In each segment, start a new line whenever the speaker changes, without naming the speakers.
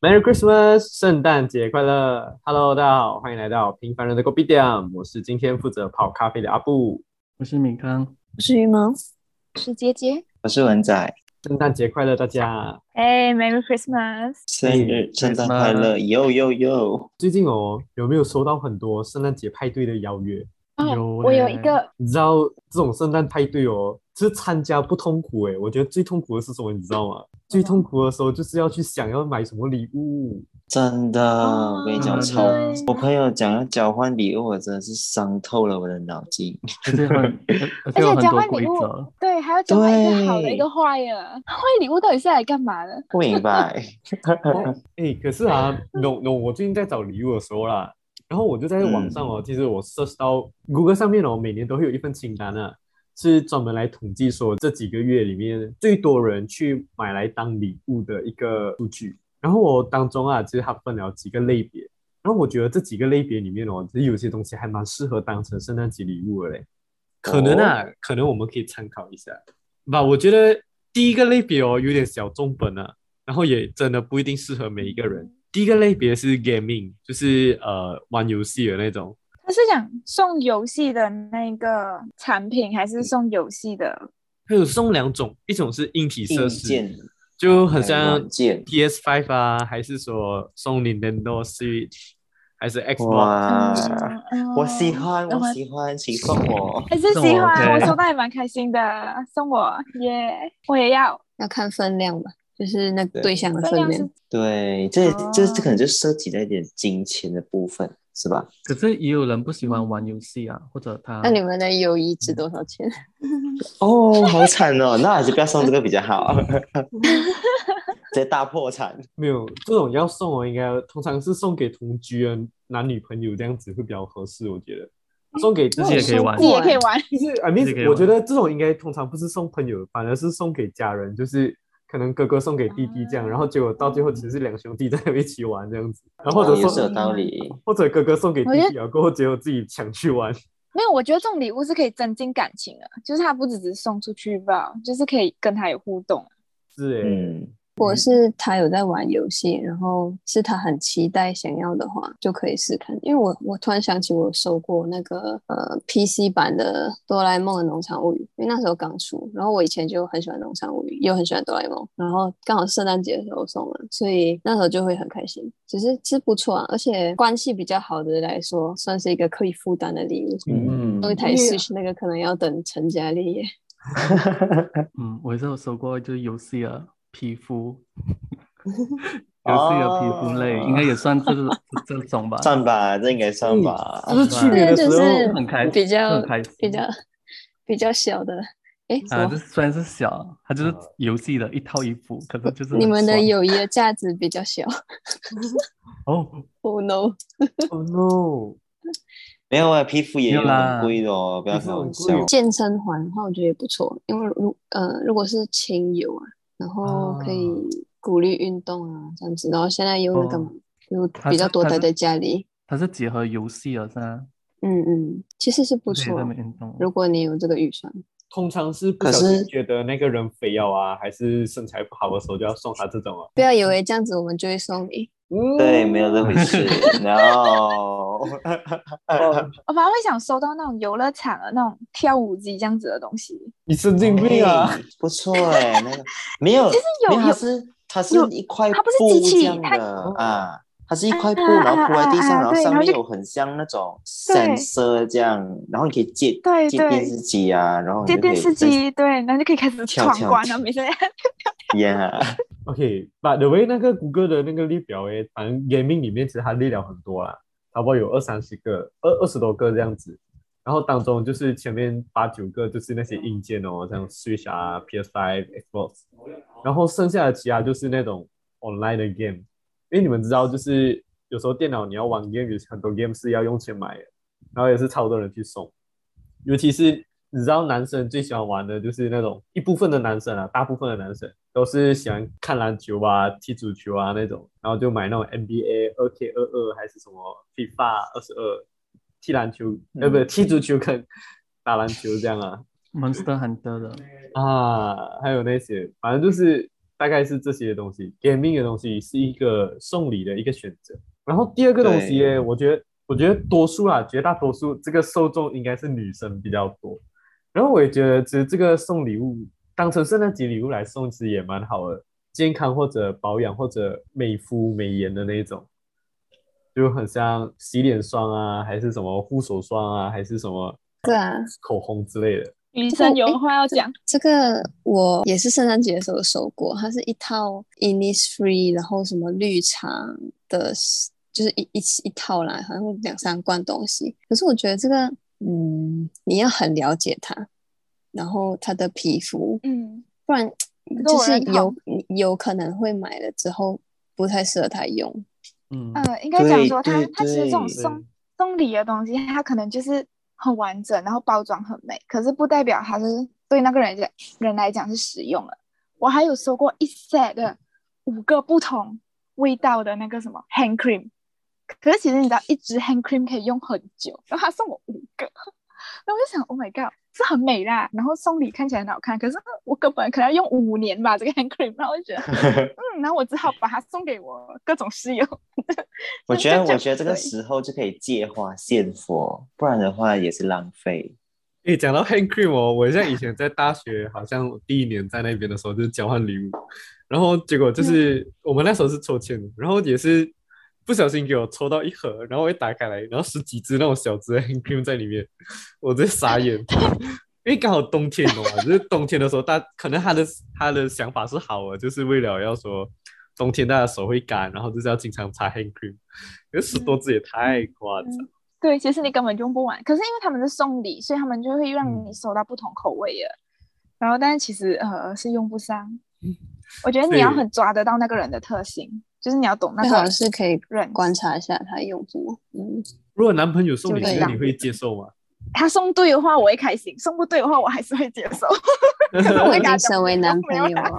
Merry Christmas，圣诞节快乐！Hello，大家好，欢迎来到平凡人的 g o b i d i a m 我是今天负责泡咖啡的阿布。
我是米康，
我是于萌，
是姐姐，
我是文仔，
圣诞节快乐，大家！
哎、m e r r y Christmas！
生日圣诞快乐，哟哟哟！
最近哦，有没有收到很多圣诞节派对的邀约？
有
哦我有一
嘞
个
你知道这种圣诞派对哦，就是参加不痛苦诶，我觉得最痛苦的是什么，你知道吗？最痛苦的时候就是要去想要买什么礼物。
真的，
哦
我跟你讲，
对
超我朋友讲要交换礼物，我真的是伤透了我的脑筋。
而 且很而且有
而且
很
交
多
换
规
礼物
则，
对，还要交换一个好的
对
一个坏的，坏礼物到底是来干嘛的？
不明白，
哎，可是啊，no no，我最近在找礼物的时候啦，然后我就在网上哦，其实我 search 到 Google 上面哦，每年都会有一份清单啊，是专门来统计说这几个月里面最多人去买来当礼物的一个数据。然后我当中啊，其实它分了几个类别，然后我觉得这几个类别里面哦，其实有些东西还蛮适合当成圣诞节礼物的嘞。可能啊，可能我们可以参考一下。吧，我觉得第一个类别哦，有点小众本啊，然后也真的不一定适合每一个
嗯
人。第一个类别是 gaming，就是呃玩游戏的那种。
他是想送游戏的那个产品，还是送游戏的？
它有送两种，一种是硬体设
硬
施，
件
就很
还有
像
软件
PS Five 啊，还是说送 Nintendo Switch，还是 Xbox。
哇！
嗯
呃我喜欢，
那
我喜欢，请送我。
还哎是
送
喜
我
欢，我
OK
收到也蛮开心的，送我耶，我也要。
要看分量吧，就是那
对
对象的
这样
分
是
量。
对，这
哦
这这可能就涉及到一点金钱的部分，是吧？
可是也有人不喜欢玩游戏啊，或者他
那你们的友谊值多少钱？
哦，好惨哦，那还是不要送这个比较好， 直接大破产。
没有这种要送，哦我应该通常是送给同居的男女朋友这样子会比较合适，我觉得。送给自
自己也可以玩
自己也可以玩，
就是 I
己可以
mean，
玩
我觉得这种应该通常不是送朋友，反而是送给家人，就是可能哥哥送给弟弟这样，
啊
然后结果到最后只是两兄弟在那边一起玩这样子，然后
哦
或者
也是有
送
道理，
或者哥哥送给弟
我
弟，然后过后结果自己抢去玩，
没有，我觉得这种礼物是可以增进感情的，就是他不只是送出去吧，就是可以跟他有互动。
是诶、
嗯，
我是他有在玩游戏，然后是他很期待想要的话，就可以试看。因为我我突然想起我有收过那个呃 PC 版的《哆啦 A 梦的农场物语》，因为那时候刚出，然后我以前就很喜欢农场物语，也很喜欢哆啦 A 梦，然后刚好圣诞节的时候送了，所以那时候就会很开心。只是是不错啊，而且关系比较好的来说，算是一个可以负担的礼物。
嗯
用一台
因为
Switch 那个可能要等成家立业。
嗯，我也是有收过，就是游戏的 皮肤，游戏的皮肤
哦
类，应该也算这种这种吧。
算吧，这应该算吧。
嗯就是去年
这
的
个
时
就
候，
是
很开
比较
很开心
比较比较小的，哎，什
啊，
么
这虽然是小，它就是
嗯
游戏的一套衣服，可是就是啊
你
很
们的
爽
友谊的价值比较小。
哦，
Oh no！
哦 no，
没有啊，皮肤也有
没有啦
很贵的哦，不要开玩笑。
健身环的话，我觉得也不错，因为如呃，如果是亲友啊，然后可以鼓励运动啊，这样子。然后现在又那个嘛
哦，
又
它
比较
是
多
它
待
是
在家里。
它是结合游戏的是吗？
嗯嗯，其实是不
可以在
错
那
啊，
边运动。
如果你有这个预算。
通常是不
可
小心
是
觉得那个人肥要啊，还是身材不好的时候就要送他这种啊，
不要以为这样子我们就会送你，
嗯，
对，没有这回事。no，
哦，
我反而会想收到那种游乐场的那种跳舞机这样子的东西。
你神经病啊！
哎不错哎，那个没有，
有
没有，它
有
是它是
有
一块
它不是
布
机器
这样
它
的啊，它是一块布，
啊
然后铺在地上，
啊啊啊
然后
对
上
然后
面
就
有很像那种
对
sensor 这样，然后你可以接
对
接
对
电视机啊，然后你
接
就可以
电视
在
机，对，那就可以开始
跳
闯
跳
关
跳
了， 没事。
Yeah，
OK，but、the way 那个谷歌的那个列表诶，反正 gaming 里面其实它列了很多啦，差不多有二三十个，二二十多个这样子。然后当中就是前面八九个就是那些硬件哦，像 Switch 啊、PS5、Xbox，然后剩下的其他就是那种 online 的 game。因为你们知道，就是有时候电脑你要玩 game，有很多 game 是要用钱买的，然后也是超多人去送。尤其是你知道，男生最喜欢玩的就是那种一部分的男生啊，大部分的男生都是喜欢看篮球啊、踢足球啊那种，然后就买那种 NBA 二 K 二二还是什么 FIFA 二十二，踢篮球呃不踢足球跟打篮球这样啊
Monster Hunter 的，
啊，还有那些反正就是大概是这些东西，gaming 的东西是一个送礼的一个选择。然后第二个东西
对
呢，我觉得我觉得多数啊，绝大多数这个受众应该是女生比较多。然后我也觉得，其实这个送礼物当成圣诞节礼物来送，其实也蛮好的，健康或者保养或者美肤美颜的那一种，就很像洗脸霜啊，还是什么护手霜啊，还是什么
对啊，
口红之类的。
李生有话要
这
讲，
这个我也是圣诞节的时候收过，它是一套 Innisfree，然后什么绿茶的，就是一一一套啦，好像两三罐东西。可是我觉得这个，嗯，你要很了解它，然后它的皮肤，
嗯，
不然
个
就
我
是
认同
有你有可能会买了之后不太适合他用。
嗯，
啊
呃，应该讲说它
对
它其实这种
对
送送礼的东西，它可能就是很完整，然后包装很美，可是不代表它是对那个人来人来讲是实用的。我还有收过一 set 的五个不同味道的那个什么 hand cream，可是其实你知道，一支 hand cream 可以用很久，然后他送我五个，那我就想，Oh my god，是很美啦，然后送礼看起来很好看，可是我根本可能要用五年吧这个 hand cream，然后我就觉得。 嗯，然后我只好把它送给我各种室友。
我觉得，
就这样
我觉得这个
对
时候就可以借花献佛，不然的话也是浪费。
诶，讲到 hand cream 哦，我像以前在大学，好像我第一年在那边的时候就是交换礼物，然后结果就是
嗯
我们那时候是抽签，然后也是不小心给我抽到一盒，然后我一打开来，然后十几只那种小只的 hand cream 在里面，我真傻眼， 因为刚好冬天哦，就是冬天的时候，大可能他的他的想法是好的，就是为了要说冬天大家手会干，然后就是要经常擦 hand cream，有十
嗯
多只也太夸张，
对，其实你根本用不完，可是因为他们是送礼，所以他们就会让你
嗯
收到不同口味的。然后，但是其实呃是用不上。
嗯
我觉得
对
你要很抓得到那个人的特性，就是你要懂那
最
个
好是可以
人。
观察一下他用什么。嗯，
如果男朋友送你
就
这
是
个，
浪
你会接受吗？
他送对的话，我会开心；送不对的话，我还是会接 受。 可是
我
会
已
跟他讲
经成为男
没
朋
有
友了，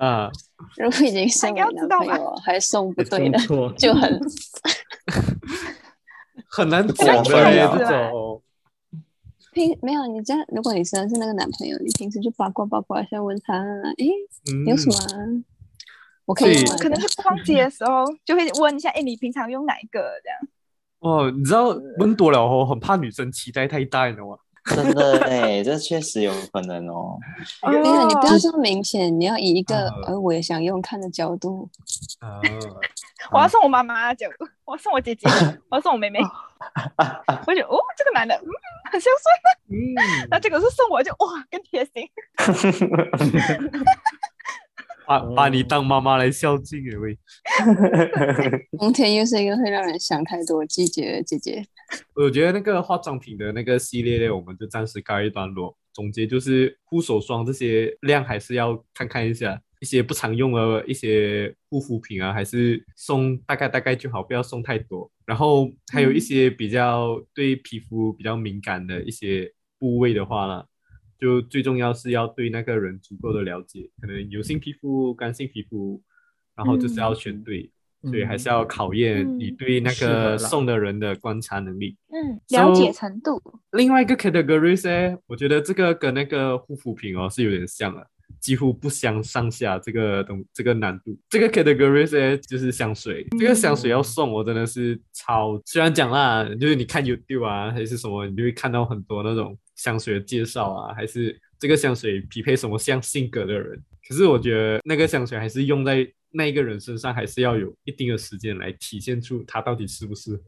啊，
如果已经
他
成为
应该要知
男
道
朋
吧
友了，还送不
不
对的，
错，
就很
很 难
过
讲
分
的耶
了
这种。
哎
平没有，你这样，如果你真的是那个男朋友，你平时就八卦八卦一下，问他，诶，
嗯
你有什么啊、我可以
所以
用啊
可能是逛街的时候就会问一下，哎，你平常用哪一个？这样。
哦，你知道问多了哦，很怕女生期待啊太大，你知道吗？
真的哎，这确实有可能哦。
没有，你不要
哦
这么明显，你要以一个
啊
呃我也想用看的角度，
啊，
我要送我妈妈讲，我要送我姐姐，我要送我 妹妹。我就哦，这个男的，嗯，很孝顺。
嗯，
那这个是送我就哇，更贴心。
把把你当妈妈来孝敬耶喂。
冬天又是一个会让人想太多的季节的姐姐。
我觉得那个化妆品的那个系列呢，我们就暂时告一段落。总结就是护手霜这些量还是要看看一下，一些不常用的一些护肤品啊，还是送大概大概就好，不要送太多。然后还有一些
嗯
比较对皮肤比较敏感的一些部位的话呢，就最重要是要对那个人足够的了解，可能油性皮肤、干性皮肤，然后就是要选对。所以还是要考验你
嗯
对那
是的啦
个送的人的观察能力。
嗯，
So-
了解程度。
另外一个 categories 呢，我觉得这个跟那个护肤品哦是有点像的，几乎不相上下。这个东这个难度，这个 categories 呢就是香水，这个香水要送我真的是超，虽然讲啦，就是你看 YouTube 啊还是什么，你就会看到很多那种香水的介绍啊，还是这个香水匹配什么像性格的人。可是我觉得那个香水还是用在那一个人身上，还是要有一定的时间来体现出它到底适不适合，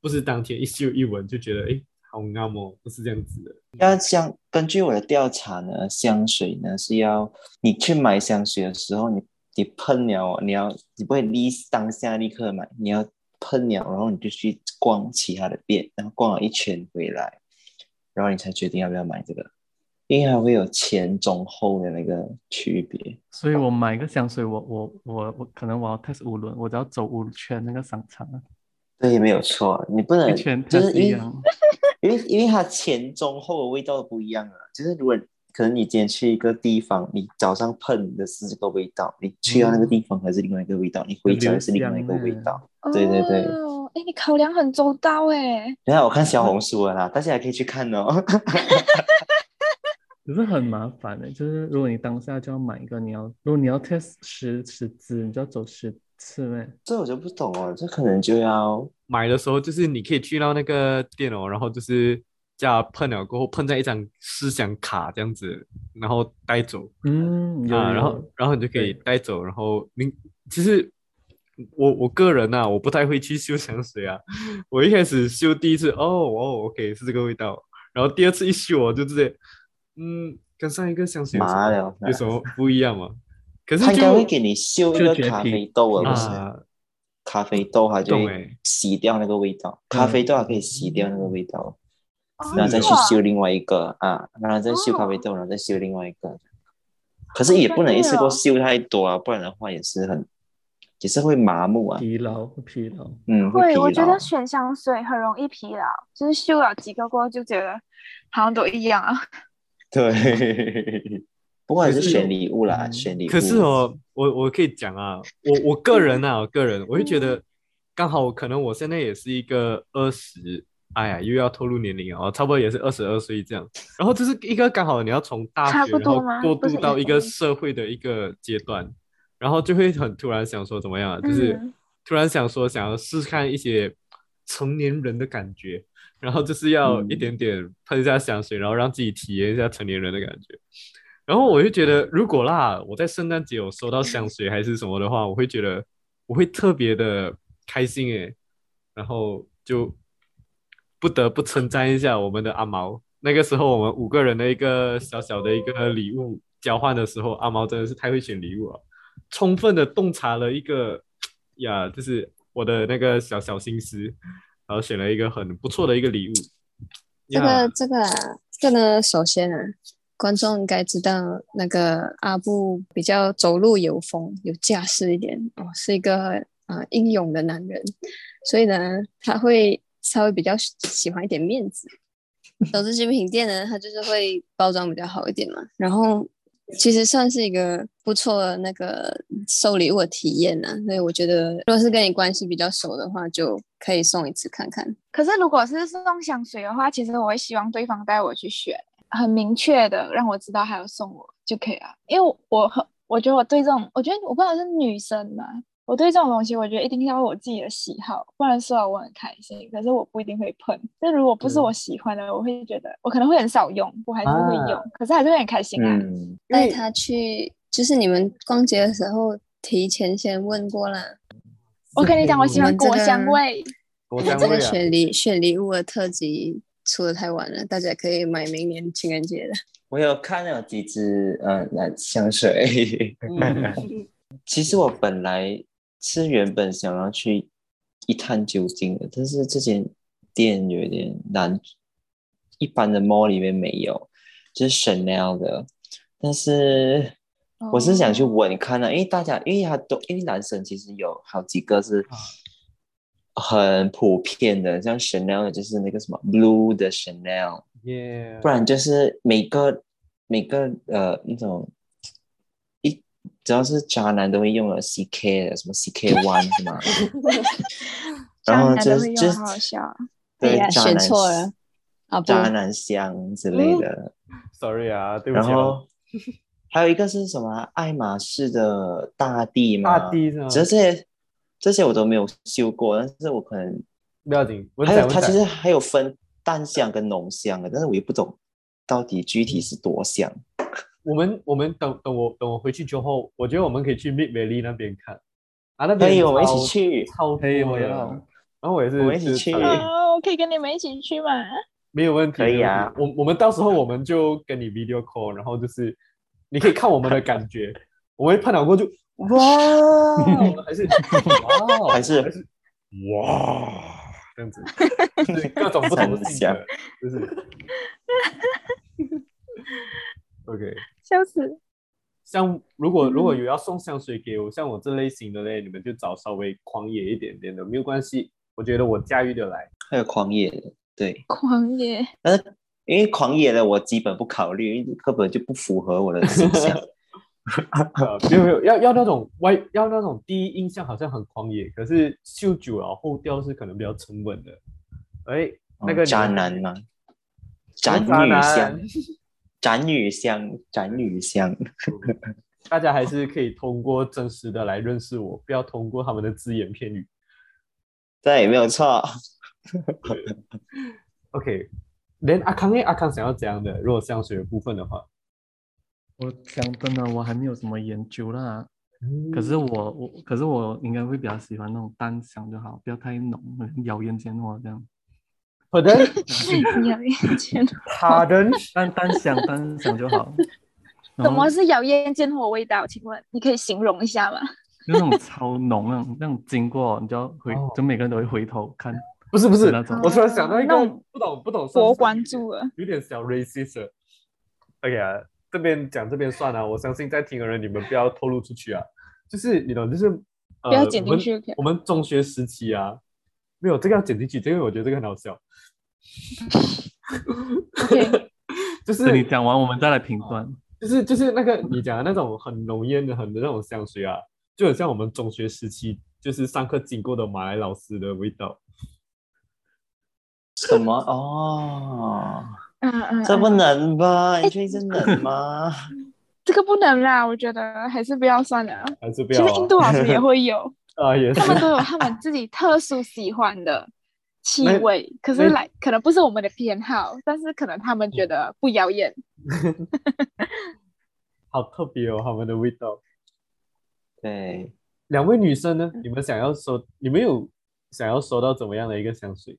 不是当天一嗅一闻就觉得哎。诶好那么不是这样子的。
要香，根据我的调查呢，香水呢是要你去买香水的时候，你你喷了哦，你要你不会立当下立刻买，你要喷了，然后你就去逛其他的店，然后逛了一圈回来，然后你才决定要不要买这个，因为还会有前中后的那个区别。
所以我买个香水，我我我我可能我要 test 五轮，我只要走五圈那个商场啊，
对，没有错，你不能
一圈
就是
test 一
因为
样，
因为因为它前中后的味道都不一样啊。就是如果可能你今天去一个地方，你早上喷的是这个味道，你去到那个地方还是另外一个味道，你回家又是另外一个味道。对对对
哦，哎，你考量很周到哎。
啊 等一下我看小红书了啦，大家也可以去看哦。
可是很麻烦的，就是如果你当下就要买一个，你要如果你要 test 十十支，你就要走十次欸呗。
这我就不懂哦，这可能就要
买的时候就是你可以去到那个店哦，然后就是加喷了过后喷在一张思想卡这样子，然后带走。
嗯，有
啊，然后然后你就可以带走，然后你其实我我个人呐、啊，我不太会去嗅香水啊。 我一开始嗅第一次，哦哦，OK 是这个味道，然后第二次一嗅我就直接，嗯，跟上一个香水有什
麻
么
了。
有什么不一样吗？可是
他应该会
就
给你修一个
就绝
咖
品
啡豆啊，不欸是？
啊，
咖啡豆它就
懂
会
哎，
洗掉那个味道，咖啡豆它可以洗掉那个味道，
哦
然后再去
是啊
修另外一个啊，然后再修咖啡
哦
豆，然后再修另外一个。可是也不能一次过修太多啊，不然的话也是很也是会麻木啊，
疲劳疲劳。
嗯，
对，我
会疲
觉
劳
得。选香水很容易疲劳，就是嗅了几个过后就觉得好像都一样啊。
对，不过还是
可是
选礼物啦，
嗯
选礼物。
可是，哦，我我可以讲啊，我我个人啊，我个人我会觉
嗯
得，刚好可能我现在也是一个二十，哎呀，又要透露年龄哦，差不多也是二十二岁这样。然后就是一个刚好你要从大
差
学
不
然
多
后
吗
过
不是
渡到
一
一个
岁
社会的一个阶段，然后就会很突然想说怎么样啊，就是
嗯
突然想说想要试试看一些成年人的感觉，然后就是要一
嗯
点点喷一下香水，然后让自己体验一下成年人的感觉。然后我就觉得，如果啦，我在圣诞节有收到香水还是什么的话，我会觉得我会特别的开心诶，然后就不得不称赞一下我们的阿毛。那个时候我们五个人的一个小小的一个礼物交换的时候，阿毛真的是太会选礼物了，啊充分的洞察了一个呀，就是我的那个小小心思，然后选了一个很不错的一个礼物。
这
呀
个这个啊，这个呢，首先啊，观众应该知道那个阿布比较走路有风、有架势一点哦，是一个呃英勇的男人，所以呢，他会稍微比较喜喜欢一点面子。总之，精品店呢，它就是会包装比较好一点嘛，然后其实算是一个不错的那个收礼物的体验呐、所以我觉得，如果是跟你关系比较熟的话，就可以送一次看看。
可是如果是送香水的话，其实我会希望对方带我去选，很明确的让我知道他有送我就可以了。因为我很，我觉得我对这种，我觉得我不知道是女生嘛，我对这种东西，我觉得一定要有我自己的喜好，不然虽然我很开心，可是我不一定会喷。就如果不是
对
我喜欢的，我会觉得我可能会很少用，我还是会
啊
用，可是还是会很开心啊。
嗯，
带他去，就是你们逛街的时候提前先问过啦。
我跟你讲，我喜欢
我们这
果香
个
味。
我
我
单
们这
位
个
啊，
选礼选礼物的特辑出的太晚了，大家可以买明年情人节的。
我有看了几支呃那香水。
嗯
其实我本来是原本想要去一探究竟的，但是这间店有点难，一般的 mall 里面没有，就是 Chanel 的。但是我是想去
哦
闻看啊的，因为大家，因为他都，因为男生其实有好几个是很普遍的，像 Chanel 的就是那个什么 Blue 的 Chanel，
耶
不然就是每个每个呃那种一只要是渣男都会用的 CK 的什么 CK One 是吗？
渣
然后
男
就
都
是
会
就
用
是
好好笑啊
对
哎呀，
渣
选
男
错了，啊不，
渣男香之类的，
，sorry 啊，对不
然
起、啊。
后还有一个是什么爱马仕的大地嘛，
大地是嗯吗
只是这些这些我都没有修过，但是我可能
不要紧，文
还
仔
有
文
它
仔
其实还有分淡香跟浓香的，但是我也不懂到底具体是多香。
我们我们等等我等我回去之后，我觉得我们可以去 Mid Valley 那边看啊，那边
可以，我们一
超
起去。
超
可以，
多
我
的
要。
然后我也是，
我们一起
就是
去
差
对
点
哦，可以跟你们一起去嘛？
没有问题，
可以啊
没有问题我我们到时候我们就跟你 video call，然后就是你可以看我们的感 觉，我们判断过就哇，
嗯
还是哇，
还是
是哇这样子，就是各种不同的性格，就是 OK。
笑死！
像如果如果
嗯
有要送香水给我，像我这类型的嘞，你们就找稍微狂野一点点的，没有关系，我觉得我驾驭得来。
还有狂野的，对，
狂野，
但是因为狂野的我基本不考虑，因为根本就不符合我的形象。
呃，没有没有，要要那种外，要那种第一印象好像很狂野，可是嗅久了后调是可能比较沉稳 的。哎，那个
嗯渣
你
男嘛，
什
渣
么
女
渣
香
男，
展语香，展语香，
大家还是可以通过真实的来认识我，不要通过他们的只言片语。
对，没有错。
OK，连阿康呢？阿康想要怎样的？如果香水的部分的话，
我讲真的，我还没有什么研究啦。
嗯
可是我我可是我应该会比较喜欢那种淡香就好，不要太浓，妖艳贱货这样。
可能
妖艳贱货，
他人
淡淡香淡香就 好。然
什
后
么是妖艳贱货味道？请问你可以形容一下吗？
就那种超浓那种，那种经过你就要回
哦，
就每个人都会回头看。
不是不是
那种，
我突然想到一
那
个
种
不懂不懂算不
我
算
关注啊了，
有点小 racist 了。OK 啊，这边讲这边算了、啊我相信在听的人你们不要透露出去啊。就是你懂，就是、呃、
不要剪进去，OK
我们。我们中学时期啊，没有这个要剪进去，因为我觉得这个很好笑。
OK
就是
等你讲完，我们再来评断。
就是就是那个你讲的那种很浓烟的很那种香水啊，就很像我们中学时期就是上课经过的马来老师的味道。
什么？哦，
嗯嗯，
这不
嗯
能吧？你确定这能吗？
这个不能啦，我觉得还是不要算了。
还是不
其
要
实
啊
印度老师也会有，
啊，也是
他们都有他们自己特殊喜欢的气
那
味，可是
那
来可能不是我们的偏好，但是可能他们觉得不妖艳。
好特别哦，他们的味道。
对，
两位女生呢？
嗯
你们想要收，你们有想要收到怎么样的一个香水？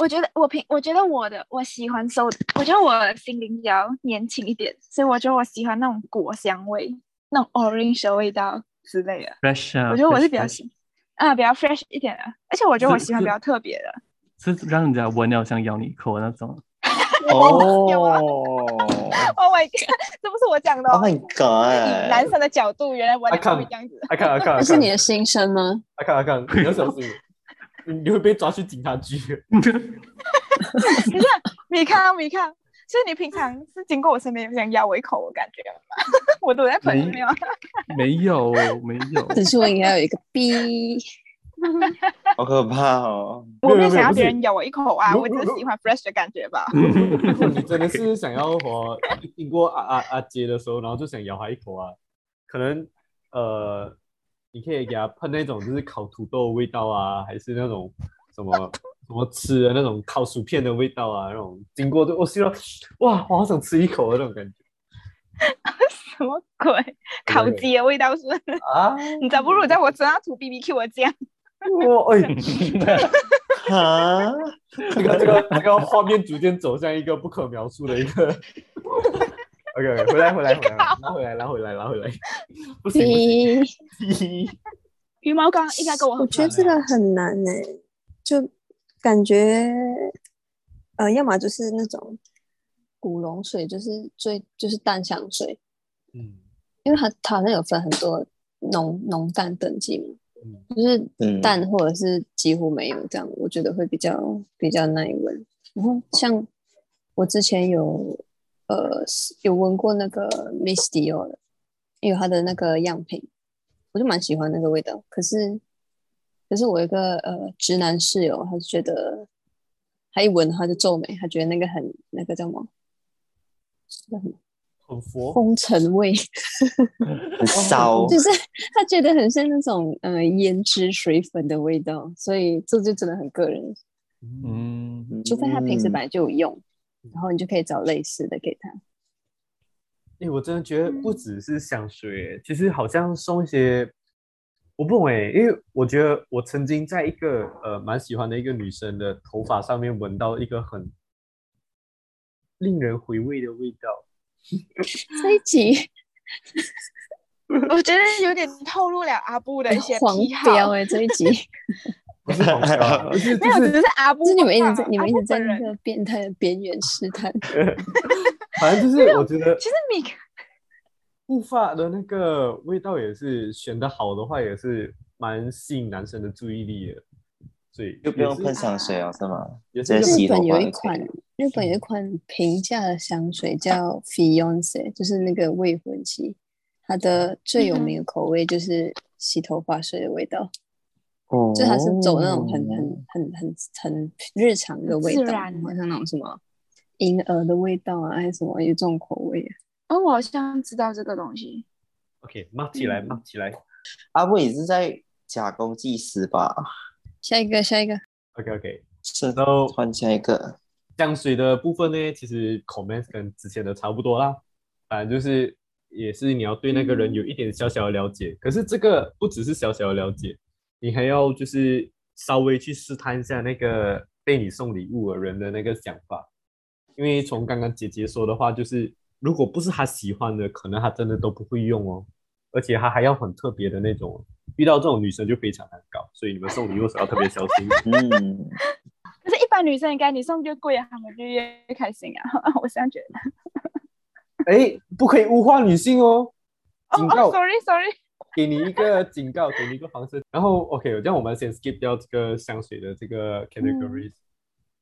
我觉得我平，我觉得我的我喜欢收，我觉得我心灵比较年轻一点，所以我觉得我喜欢那种果香味，那种 orange 的味道之类的。
Fresh 啊，
我觉得我是
fresh
比较
fresh
喜啊，比较 fresh 一点的，而且我觉得我
是
喜欢
是
比较特别的。
是让人家闻了想咬你一口的那种。
有 啊
哦
Oh my god，这不是我讲的哦、
，Oh my
以男
God！
生的角度，原来我
啊
也
看啊
会这样子。
阿康阿康阿
这是
康
你的心声吗？
阿康阿康，啊你要小心，你你会被抓去警察局。
你看，米康，米康，所以你平常是经过我身边有想咬我一口，我感觉吗？ 我都在朋友
没
面
没有哦没 有，
只是我应该有一 个 B。
好可怕哦！
我
没
没
有
有
没有
想要
不是
别人咬我一口啊，
如
我只是
如
喜欢 fresh 的感觉吧。
如果 你真的是想要和经过阿阿阿杰的时候，然后就想咬他一口啊，可能呃，你可以给他喷那种就是烤土豆的味道啊，还是那种什么什么吃的那种烤薯片的味道啊，那种经过就我吸到哇，我好想吃一口的那种感觉
什么鬼？烤鸡的味道是不 是？
啊！
你咋不如在我身上涂 BBQ 的酱？
哇，哎。
啊，
这个这个这个画面逐渐走向一个不可描述的一个。OK，回来回来回来，拉回来拉回来拉回来，不行
咦，
不行，
羽毛刚应 该跟我
我
很
觉得
合
这个很难呢、就感觉呃，要么就是那种古龙水，就是最就是淡香水，
嗯
因为它它好像有分很多浓浓淡等级嘛，
嗯，
就是
嗯
淡或者是几乎没有这样，我觉得会比较比较耐闻。然后像我之前有呃有闻过那个 Miss Dior 的，有它的那个样品，我就蛮喜欢那个味道。可是可是我有一个呃直男室友，他就觉得他一闻他就皱眉，他觉得那个很那个叫什么那什么
很佛，
风尘味。
很骚，
哦就是他觉得很像那种呃胭脂水粉的味道，所以这就真的很个人。
嗯，
嗯，
除非他平时
嗯
本来就有用，然后你就可以找类似的给他。
哎，我真的觉得不只是香水，其实好像送一些，我不懂哎，因为我觉得我曾经在一个呃蛮喜欢的一个女生的头发上面闻到一个很令人回味的味道，
这一 集
我觉得有点透露了阿布的一些
黄
癖好。
标哎、这一集
不是好笑啊，就是
没有，只是阿布
就是你们一直
吧
在你
阿
们一
布
直在
本
那
人
个变态的边缘试探。
反正就是我觉得
其实米康
护发的那个味道也是选的好的话，也是蛮吸引男生的注意力的，所以
就不用
也是
喷香水哦，是吗？
也是
这
用
洗
日
头
本有
发
一
就可
款
以了。
日本有一款平价的香水叫 Fiance，就是那个未婚妻，它的最
嗯
有名的口味就是洗头发水的味道。
哦
就它是走那种很很很很很日常的味
自
道，
然
好像那种什么银耳的味道啊，还是什么有这种口味啊？
哦，我好像知道这个东西。
OK，骂起来，
嗯
骂起来。
阿布啊也是在假公济私吧？
下一个，下一个，
OK OK，
是
然后
换下一个，
香水的部分呢，其实 comment 跟之前的差不多啦，反正就是也是你要对那个人有一点小小的了解，可是这个不只是小小的了解，你还要就是稍微去试探一下那个被你送礼物的人的那个想法，因为从刚刚姐姐说的话，就是如果不是他喜欢的，可能他真的都不会用哦，而且他还要很特别的那种哦，遇到这种女生就非常难搞，所以你们送礼物的时候要特别小心。
嗯，
可是，一般女生应该你送越贵啊，她们就越开心啊。 我这样觉得。
哎，不可以物化女性哦。
哦
警告
哦，sorry，sorry。
给你一个 警告，给你一个黄色。然后 OK，这样我们先 skip 掉这个香水的这个 categories，、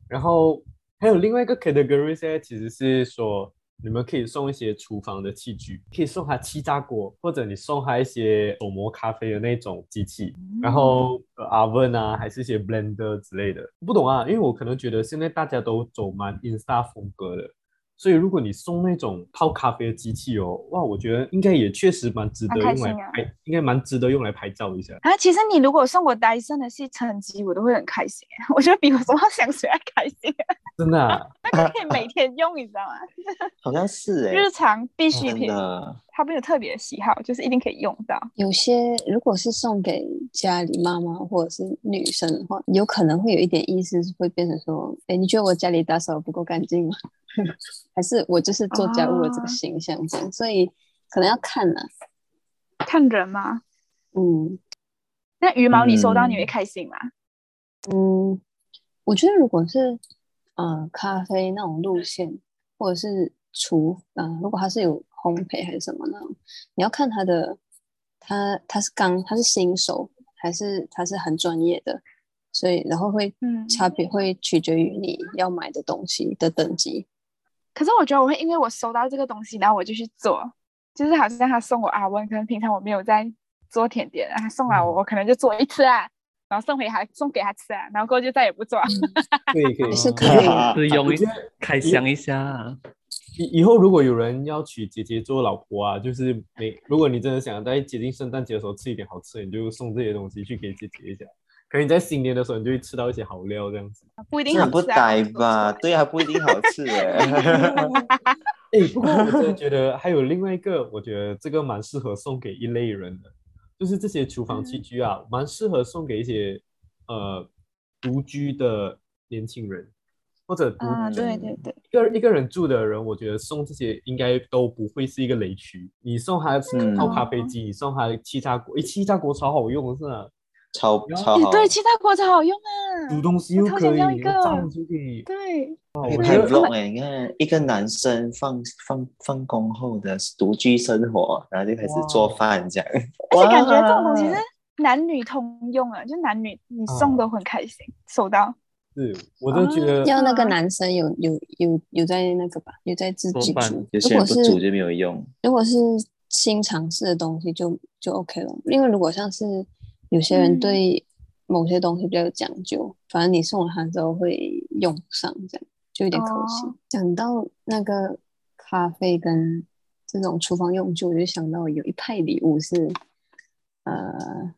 然
嗯
后还有另外一个 categories 现在其实是说你们可以送一些厨房的器具，可以送他气炸锅，或者你送他一些手磨咖啡的那种机器，然后呃 oven 啊，还是一些 blender 之类的。不懂啊，因为我可能觉得现在大家都走蛮 insta 风格的。所以，如果你送那种泡咖啡的机器哦，哇，我觉得应该也确实蛮值得
蛮开
用来
心啊
拍，应该蛮值得用来拍照一下。
啊，其实你如果送我戴森的吸尘机，我都会很开心。 我觉得比我送到香水还开心，
真的、 啊，
那个可以每天用，你知 道吗？
好像是哎、
日常必需
哦真
品，
的，
它没有特别的喜好，就是一定可以用到。
有些如果是送给家里妈妈或者是女生的话，有可能会有一点意思是会变成说，哎，你觉得我家里打扫得不够干净吗？ 还是我就是做家务的这
啊
个形象这样？所以可能要看啦，
看人嘛，
嗯
那羽毛你收到你会
嗯
开心吗？
嗯，我觉得如果是呃咖啡那种路线，或者是厨，嗯、如果它是有烘焙还是什么那种，你要看它的，它它是刚，它是新手还是它是很专业的，所以然后会
嗯
差别会取决于你要买的东西的等级。
可是我觉得我会因为我收到这个东西，然后我就去做，就是好像他送我阿温，可能平常我没有在做甜点，啊然后他送来我，
嗯
我可能就做一次啊，然后送回他送给他吃啊，然后过后就再也不做啊。
可以可以。
是
嗯
可以
啊
试用
我
一
觉得
开箱一下，
以以后如果有人要娶姐姐做老婆啊，就是每如果你真的想在接近圣诞节的时候吃一点好吃的，你就送这些东西去给姐姐一下。可能你在新年的时候，你就会吃到一些好料这样子。
不一定
这
好
很不
吃啊
呆吧？？对啊，不一定好吃哎、
哎，不过我真 的觉得还有另外一个，我觉得这个蛮适合送给一类人的，就是这些厨
嗯
房器具啊，蛮适合送给一些呃独居的年轻人或者独
啊，对对对，
一个一个人住的人，我觉得送这些应该都不会是一个雷区。你送他
嗯
泡咖
哦
啡机，你送他气炸锅，诶，气炸锅超好用，是吧？
超
然后
超
诶
好，
对，气炸锅超好用啊
煮，东西又
我超
可
想
以，
要一个
照就可以。
对，
哇
可以
我
拍
觉得
vlog 哎、你看一个男生放放放工后的独居生活，然后就开始做饭这样，
而且感觉这种东西
哇嗯
是男女通用啊，就男女你
啊
送都很开心，收到。
是，我真的觉得
要那个
嗯
男生有有有有在那个吧，有在自
做
己
饭
煮。
有
如
些人
果
不
是
煮就没有用。
如果是新尝试的东西就就 OK 了，因为如果像是有些人
嗯
对某些东西比较有讲究，反正你送了他之后会用不上，这样就有点可惜。
哦
讲到那个咖啡跟这种厨房用具，我就想到有一派礼物是呃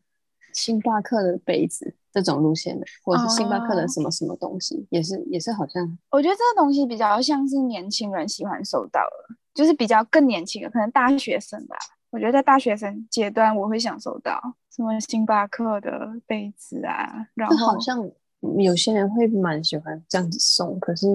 星巴克的杯子这种路线的，或者是星巴克的
哦
什么什么东西，也是也是好像
我觉得这个东西比较像是年轻人喜欢收到的，就是比较更年轻的，可能大学生吧。我觉得在大学生阶段，我会想收到什么星巴克的杯子啊，然
就
后
好像有些人会蛮喜欢这样子送，可是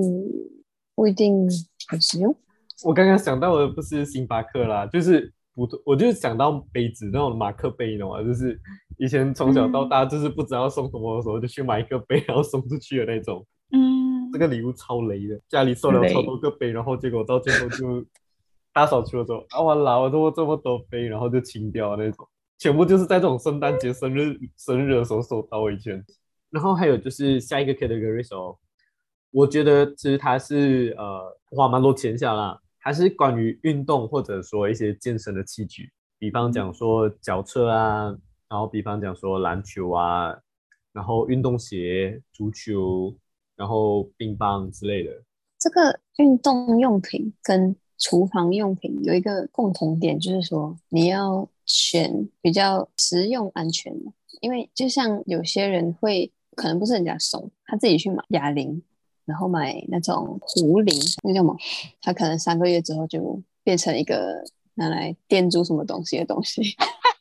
不一定很实用。
我刚刚想到的不是星巴克啦，就是普通，我就想到杯子那种马克杯，你懂吗？就是以前从小到大就是不知道送什么的时候，就去买一个杯，然后送出去的那种。
嗯
这，个礼物超雷的，家里收了超多个杯，然后结果到最后就大扫除的时候，啊完了，我这么这么多杯，然后就清掉那种，全部就是在这种圣诞节、生日、生日的时候收到一圈。然后还有就是下一个 category 哦，我觉得其实它是呃花蛮多钱下啦，还是关于运动或者说一些健身的器具，比方讲说脚车啊，然后比方讲说篮球啊，然后运动鞋、足球，然后乒乓之类的。
这个运动用品跟厨房用品有一个共同点，就是说你要选比较实用、安全的。因为就像有些人会可能不是人家送，他自己去买哑铃，然后买那种壶铃，那叫什么？他可能三个月之后就变成一个拿来垫住什么东西的东西。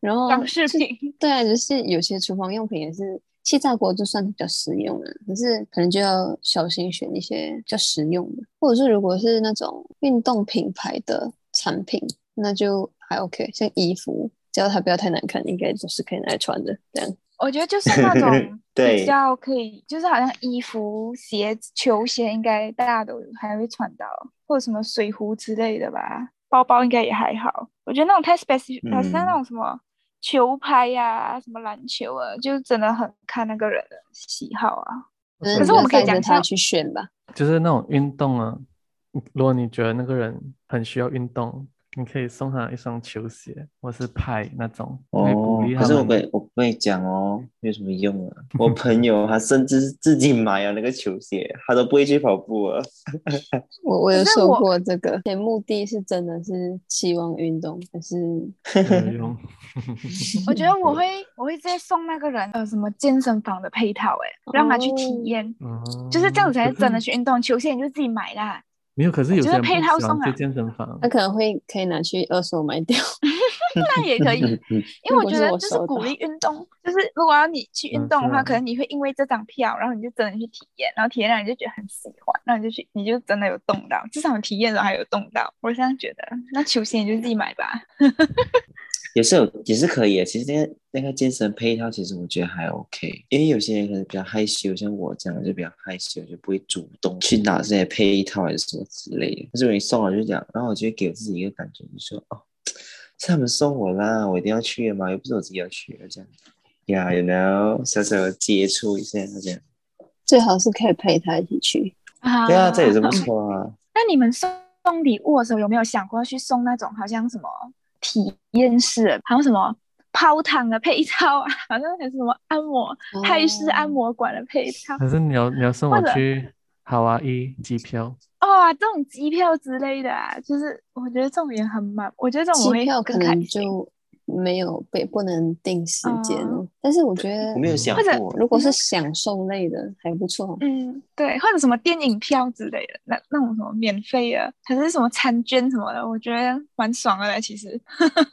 然后
装饰
就
品
对啊，就是有些厨房用品也是气炸锅，就算比较实用了，可是可能就要小心选一些比较实用的，或者是如果是那种运动品牌的产品，那就还 OK，像衣服，只要它不要太难看，应该都是可以拿来穿的。这样，
我觉得就是那种
对
比较可以，就是好像衣服、鞋子、球鞋，应该大家都还会穿到，或者什么水壶之类的吧。包包应该也还好，我觉得那种太 specific，、好像那
嗯
种什么球拍呀、什么篮球啊，就是真的很看那个人的喜好啊。可是我们可以
嗯带着
讲
他
像
去选吧。
就是那种运动啊，如果你觉得那个人很需要运动，你可以送他一双球鞋或是拍那种，你可以鼓
哦
励，
可
他
是我
们。
跟我跟你讲哦，没有什么用 啊。我朋友他甚至是自己买了那个球鞋，他都不会去跑步 啊。
我我
可
有
是
说
我
过这个，且目的是真的是期望运动，可是
有用
我觉得
嗯
我会，我会直接送那个人呃什么健身房的配套、欸，让他去体
哦
验，
哦
就是这样子才
可
是真
嗯
的
是
去运动。球鞋你就自己买啦，
没有，可是有
就
些
是
人不
配套
喜
送
欢去
啊
健身房
他，
呃
可能会可以拿去二手卖掉。
那也可以。因为
如
我
果
觉
是
得
我
就是
收到
鼓励运动，就是如果要你去运
嗯
动
是
的话，
啊
可能你会因为这张票，然后你就真的去体验，然后体验了你就觉得很喜欢，然后你就去，你就真的有动到，至少你体验了还有动到，我是这样觉得。那球鞋你就自己买吧，
也是有，也是可以的。其实那个那个健身配套，其实我觉得还 OK，因为有些人可能比较害羞，像我这样就比较害羞，就不会主动去拿这些配套还是什么之类的。但是有人送了就讲，然后我就会给我自己一个感觉，就说哦，是他们送我啦，我一定要去的嘛，又不是我自己要去的这样。Yeah，you
嗯
know，小小的接触一下这样。
最好是可以陪他一起去。
啊
对啊，这也是不错啊。
那你们送送礼物的时候有没有想过去送那种好像什么体验式，好像什么泡汤的配套啊，好像还有什么按摩泰式按
哦
摩馆的配套
可是你要你要送
或
我
者
去夏威夷机 票，
哦，这种机票之类的啊，就是我觉得这种也很满，我觉得这种我
机
会
票可
更开
能
心。
就没有被不能定时间哦
哦，
但是我觉得
我没有想
或者
过，
如果
你
是
说
享受类的还不错，
嗯，对，或者什么电影票之类的，那那种什么免费的，还是什么餐券什么的，我觉得蛮爽的嘞。其实，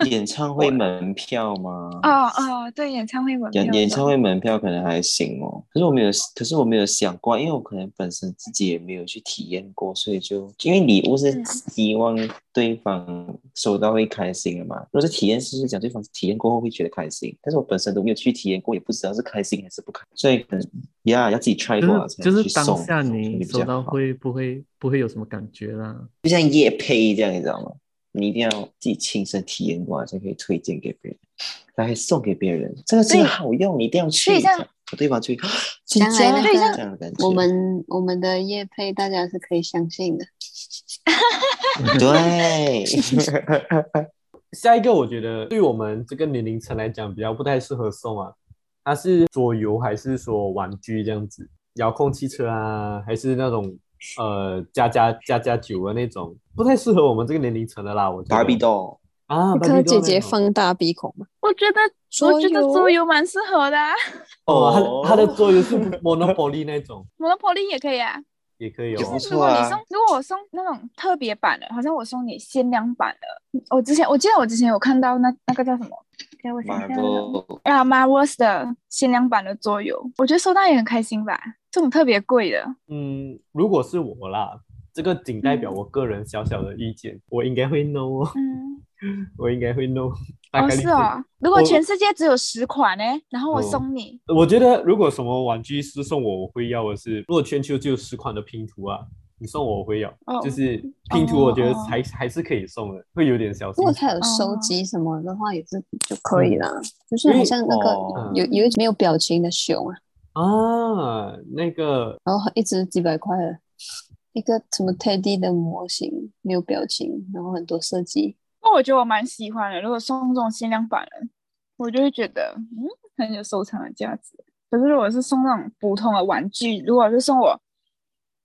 演唱会门票吗？
哦哦，对，演唱会门票
演
这种，
演唱会门票可能还行哦，可是我没有，可是我没有想过，因为我可能本身自己也没有去体验过，所以就因为礼物是
嗯
希望对方收到会开心的嘛。如果是体验式，是讲对方体验过后会觉得开心，但是我本身都没有去体验过，也不知道是开心还是不开心，所以可能呀要自己 try 过了
就是
啊才
就
能去
是当
送，
下
所以
你
比
收
较
到
好。
会不会不会有什么感觉啦？
就像夜配这样，你知道吗？你一定要自己亲身体验过啊才可以推荐给别人，来送给别人，这个真的好用，你一定要去。
所以像
对方就会啊真
将来
假
那
这
个
样的感觉，
我们我们的业配大家是可以相信的。
对
下一个我觉得对我们这个年龄层来讲比较不太适合送啊，它是桌游还是说玩具这样子，遥控汽车啊，还是那种呃加加加加酒的那种，不太适合我们这个年龄层的啦，我觉得。
，Barbie doll，
啊，
你
芭
看到
比
姐姐放大鼻孔嘛，
我觉得我觉得桌游蛮适合的、啊，
哦，他他的桌游是 Monopoly 那种，
摩托利也可以啊。
也可以
就
哦
是。
如果你
错啊
送，如果我送那种特别版的，好像我送你限量版的，嗯我之前我记得我之前有看到那那个叫什么，给我想一下那种。
Marvel，
啊 m a r v e l s 的限量版的桌游，我觉得收到也很开心吧。这种特别贵的，
嗯，如果是我啦，这个仅代表
嗯
我个人小小的意见，我应该会 no 哦，
嗯，
我应该会 no，大
哦
概率
是
会
哦。如果
我
全世界只有十款呢，欸然后我
哦
送你，
我觉得如果什么玩具是送我，我会要的是，如果全球只有十款的拼图啊，你送我我会要，
哦
就是拼图，
哦
我觉得
哦
还、还是可以送的，会有点小
如
心
果
疼
他有收
哦
集什么的话，也是就可以啦。 就是
嗯因
好
为嗯
像那个
哦
有有一没有表情的熊啊，
啊。那个
然后一只几百块的，一个什么 Teddy 的模型没有表情，然后很多设计，
那我觉得我蛮喜欢的。如果送这种限量版的，我就会觉得嗯很有收藏的价值。可是如果是送那种普通的玩具，如果是送我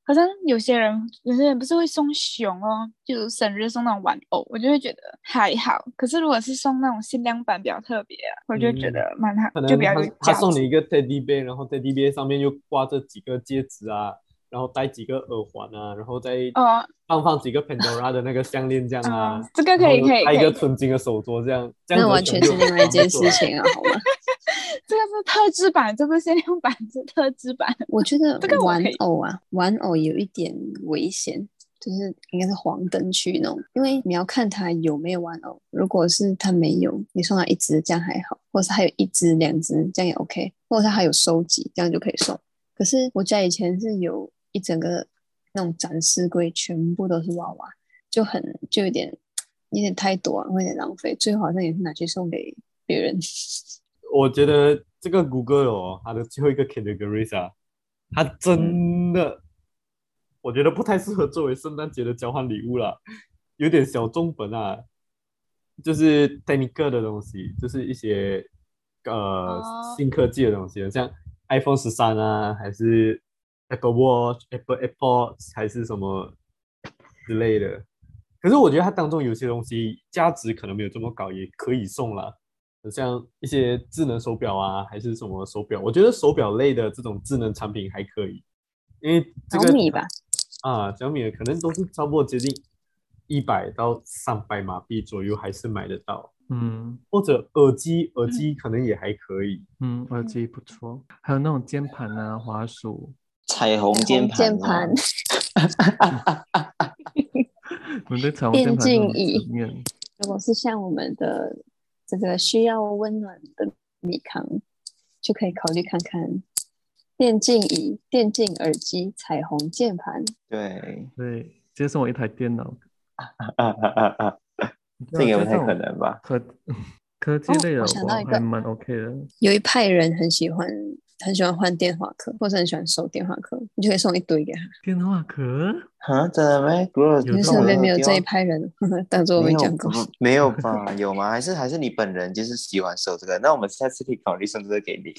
可是有些人，有些人不是会送熊哦，就是生日送那种玩偶，我就会觉得还好。可是如果是送那种限量版比较特别啊，我就觉
嗯
得蛮好，
可
就
能
比较
他
有
他
价
送
值
你一个 teddy bear，然后 teddy bear 上面又挂着几个戒指啊，然后戴几个耳环啊，然后再
哦，
放放几个 Pandora 的那个项链这样啊，
嗯，这个可以
然后
可以
戴
可
一
以
个，纯金的手镯这样，这样
那
子
完全
就是
另外一件事
做了。
情啊，好吗？
这个是特制版，这不是限量版，是特制版。
我觉得
这个我
玩
可以
偶啊，玩偶有一点危险，就是应该是黄灯区那种，因为你要看他有没有玩偶。如果是他没有，你送他一只这样还好，或者是他有一只、两只这样也 OK，或者是他还有收集这样就可以送。可是我家以前是有一整个那种展示柜，全部都是娃娃，就很就有点有点太多了，啊会有点浪费，最后好像也是拿去送给别人。
我觉得这个谷歌哦，它的最后一个 categories 啊，它真的，我觉得不太适合作为圣诞节的交换礼物啦，有点小众本啊，就是 technical 的东西，就是一些呃、
哦
新科技的东西，啊像 iPhone 十三啊，还是 Apple Watch、Apple AirPods 还是什么之类的。可是我觉得它当中有些东西价值可能没有这么高，也可以送啦。呃像一些智能手表啊，还是什么手表，我觉得手表类的这种智能产品还可以，因为这个
小米吧，
啊，小米的可能都是差不多接近一百到三百马币左右，还是买得到。
嗯
或者耳机，耳
嗯
机可能也还可以。
嗯，耳机不错，还有那种键盘啊、滑鼠，
彩虹键盘，啊
键盘，
我对彩虹
电
键盘是
竞
很
椅
执念。
如果是像我们的这个需要温暖的米康，就可以考虑看看电竞椅、电竞耳机、彩虹键盘。
对，
对，直接送我一台电脑，
啊啊啊啊，这个不太可能 吧？
科科技
哦
类的
我想到一个
还蛮 OK 的，
有一派人很喜欢，很喜欢换电话壳，或者很喜欢收电话壳，你就可以送一堆给他。
电话壳
啊，真的没？如
有
果
你
这
们
种
身边
人
没有这一派人，呵呵当做我没
有
讲过。
不没有吧？有吗？还是还是你本人就是喜欢收这个？那我们下次可以考虑送这个给你。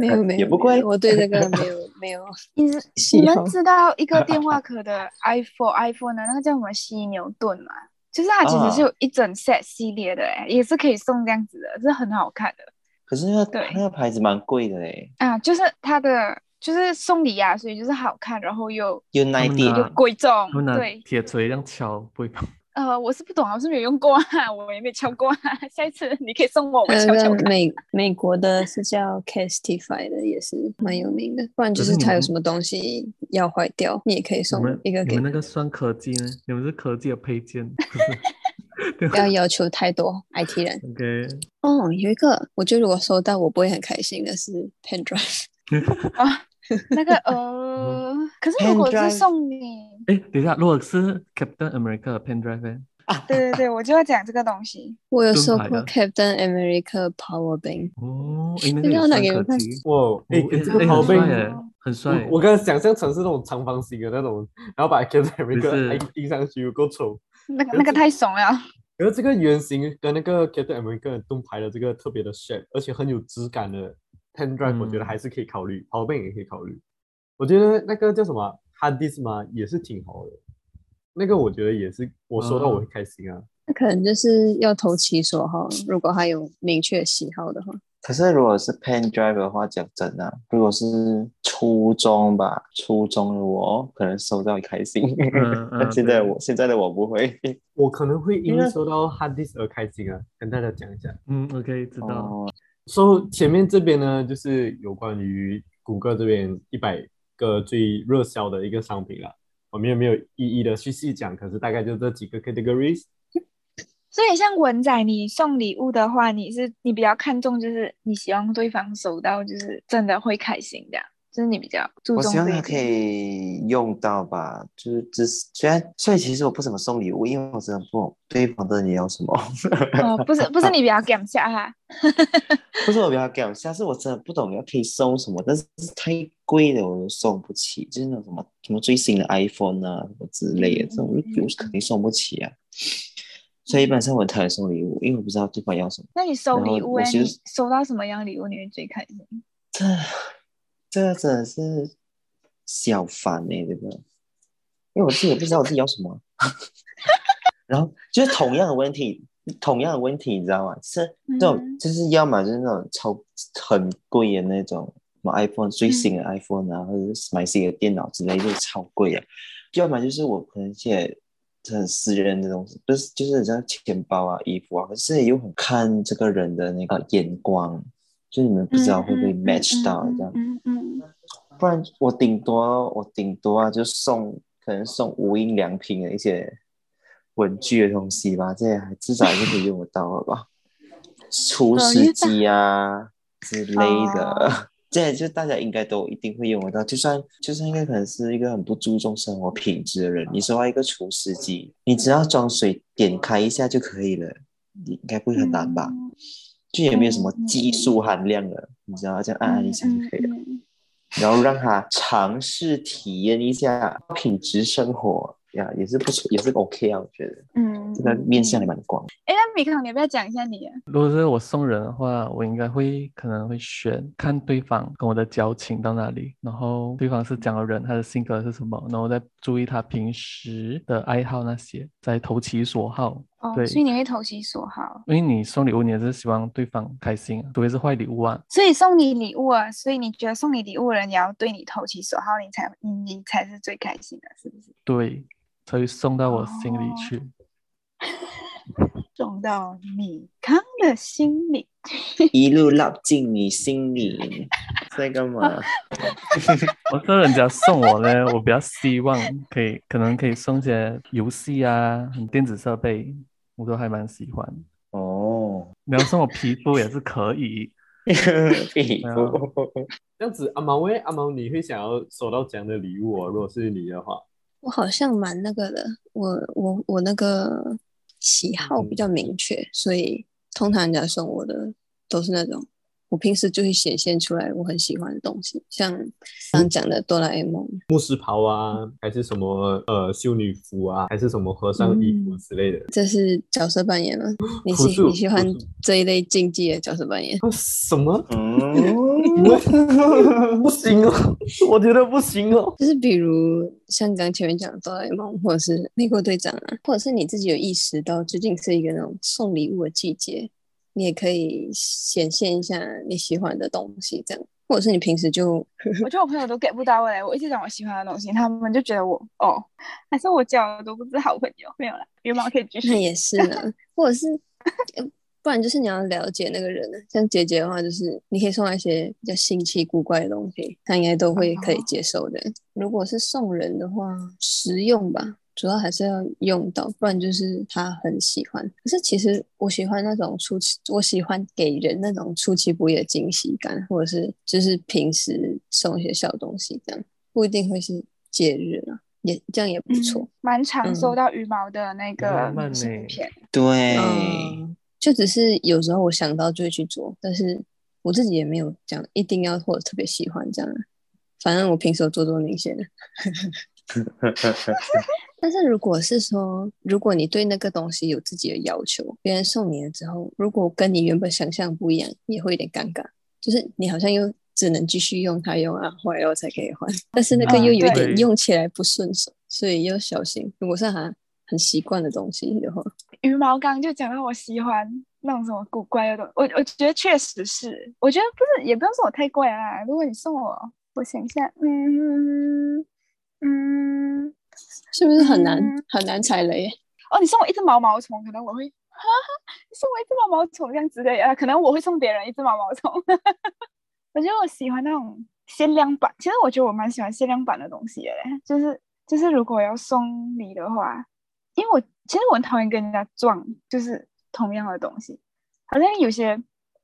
没有没有，
也不
没有
贵。
我对这个没有没有
你是
喜
你
好
们。
哦
知道一个电话壳的 iPhone iPhone 的那个叫什么犀牛盾吗？就是它其实
啊
是有一整 set 系列的、欸，也是可以送这样子的，是很好看的
可是那个
对
那个牌子蛮贵的嘞，
啊。就是它的就是送礼啊，所以就是好看，然后又
有
们
ninety
拿
又贵重
他们。拿
对，
铁锤这样敲，不会吧？
呃，我是不懂啊，我是没有用过啊，我也没敲过啊。 下一次你可以送我，我
还有
敲
一
敲
个
看。
呃美美国的是叫 Castify 的，也是蛮有名的。不然就
可是
是
你
它有
们
什么东西要坏掉，你也可以
嗯你
送
们
一个
你
给
们那
他
个算科技呢？你们是科技的配件，
不要要求太多，IT 人。
OK，
哦，有一个，我觉得如果收到我不会很开心的是 Pendrive，
那个呃，可是如
嗯 Hand
果是
drive
送你，
哎，等一下，如果是 Captain America 的 Pendrive，呢
对对对，我就要讲这个东西。
我有
盾
收
牌
过
的
Captain America Power Bank，
哦，哎，那
等
个
一
也
下我拿给你
算科
们看
技。
哇，哎，
哦
跟这个
诶
宝
很
贝
帅，诶，很帅。
我我刚才想象成是那种长方形的那种，然后把 c a t e r i
不
n
是
a 印上去，有够丑。
那个那个太怂了，
然后这个圆形跟那个 Captain America 的盾牌的这个特别的 shape，而且很有质感的 pen drive，、我觉得
嗯
还是可以考虑，跑遍也可以考虑。我觉得那个叫什么 hard disk 嘛，也是挺好的。那个我觉得也是，我收到
哦
我会开心啊。
那可能就是要投其所好，如果他有明确喜好的话。
可是如果是 pen drive 的话，讲真的、啊如果是初中吧，初中的我可能收到开心。
嗯
但
嗯
现在
对
我现在的我不会。
我可能会因
因
为
为
收到 hard disk 而开心啊，跟大家讲一下。
嗯，OK，知道。
哦，
so, 前面这边呢，就是有关于谷歌这边一百个最热销的一个商品啦。我们也没有一一的去细讲，可是大概就这几个 categories。
所以像文仔，你送礼物的话，你是你比较看重就是你希望对方收到就是真的会开心的，就是你比较注
我
重
希望
这一
它可
点。
以用到吧，就是只是虽然所以其实我不怎么送礼物，因为我真的不懂对方真的要什么。
哦，不是不是你比较感下哈，
不是我比较搞笑，是我真的不懂要可以送什么，但是太贵的我都送不起，就是那种什么什么最新的 iPhone 啊什么之类的，这种我就我肯定送不起啊。所以一般上我很讨厌送礼物，因为我不知道对方要什么。
那你收礼物
然后我
哎、
其
你
实
收到什么样的礼物你会最开心？
这这真的是笑翻呢、这个，因为我自己也不知道我自己要什么， 然后就是同样的问题，同样的问题，你知道吗？是那种、
嗯
就是要么就是那种超很贵的那种什么 iPhone 最新的 iPhone 啊，或者是买新的电脑之类，就是超贵的；要么就是我可能写很私人的东西，不是就是像钱包啊、衣服啊，可是又很看这个人的那个眼光，就是你们不知道会不会 match 到这样。
嗯嗯
不然我顶多我顶多啊，就送可能送无印良品的一些文具的东西吧，这些还至少还是可以用得到的吧，除湿机啊之类的，这些就大家应该都一定会用得到。就算就算应该可能是一个很不注重生活品质的人，你收到一个除湿机，你只要装水点开一下就可以了，你应该不会很难吧？
嗯
就也没有什么技术含量了，啊你知道，这样按按一下就可以了。
嗯
然后让他尝试体验一下品质生活呀，也是不错，也是 OK 啊，我觉得
嗯，
这个面向还蛮广。
哎，那米康，你要不要讲一下你？啊
如果是我送人的话，我应该会可能会选看对方跟我的交情到哪里，然后对方是讲的人，他的性格是什么，然后再注意他平时的爱好那些，再投其所好。
哦，
对
所以你会投其所好，
因为你送礼物，你也是希望对方开心啊，除非是坏礼物啊。
所以送你礼物啊，所以你觉得送你礼物的人也要对你投其所好，你才你你才是最开心的，是不是？
对，才会送到我心里
哦
去。
中到米康的心 里。
一路绕进你心里，在干嘛？
我说人家送我呢，我比较希望可以，可能可以送些游戏啊，电子设备，我都还蛮喜欢。
哦，
你要送我皮肤也是可以，
屁股
这样子，阿毛喂，阿毛，你会想要收到怎样的礼物哦？如果是你的话，
我好像蛮那个的，我我我那个喜好比较明确，所以通常人家送我的都是那种我平时就会显现出来我很喜欢的东西，像刚讲的哆啦 A 梦，
牧师袍啊，还是什么呃修女服啊，还是什么和尚衣服之类的？
这是角色扮演吗？你
朴
喜
素
你喜欢
朴素
这一类竞技的角色扮演？
啊什么？
嗯，
不行 哦，我觉得不行哦。
就是比如像刚前面讲的哆啦 A 梦，或者是美国队长啊，或者是你自己有意识到最近是一个那种送礼物的季节，你也可以显现一下你喜欢的东西，这样，或者是你平时就
我觉得我朋友都 get 不到我嘞，我一直讲我喜欢的东西，他们就觉得我哦，还是我交的都不是好朋友，没有啦，羽毛可以 继续
那。也是呢，或者是，呃不然就是你要了解那个人啊。像姐姐的话，就是你可以送她一些比较新奇古怪的东西，她应该都会可以接受的。如果是送人的话，实用吧，主要还是要用到，不然就是她很喜欢。可是其实我喜欢那种出其，我喜欢给人那种出其不意的惊喜感，或者是就是平时送一些小东西，这样不一定会是节日啊，也这样也不错。
嗯，蛮常
嗯
收到羽毛的那个
浪漫
视
呢
片，
对，
嗯，就只是有时候我想到就会去做，但是我自己也没有讲一定要或者特别喜欢这样啊。反正我平时有做做那些的。 但是如果是说，如果你对那个东西有自己的要求，别人送你了之后，如果跟你原本想象不一样，也会有点尴尬。就是你好像又只能继续用它用啊，坏了才可以换，但是那个
嗯
又有一点
对
用起来不顺手，所以要小心。如果是还很习惯的东西的话，
羽毛刚就讲到我喜欢那种什么古怪的东西，我我觉得确实是，我觉得不是也不要说我太怪啦。如果你送我，我想一下，嗯嗯，
是不是很难、
嗯
很难踩雷？
哦，你送我一只毛毛虫，可能我会，哈哈，你送我一只毛毛虫这样之类的，可能我会送别人一只毛毛虫。我觉得我喜欢那种限量版，其实我觉得我蛮喜欢限量版的东西的嘞，就是就是如果要送礼的话，因为我其实我很讨厌跟人家撞，就是同样的东西，好像有些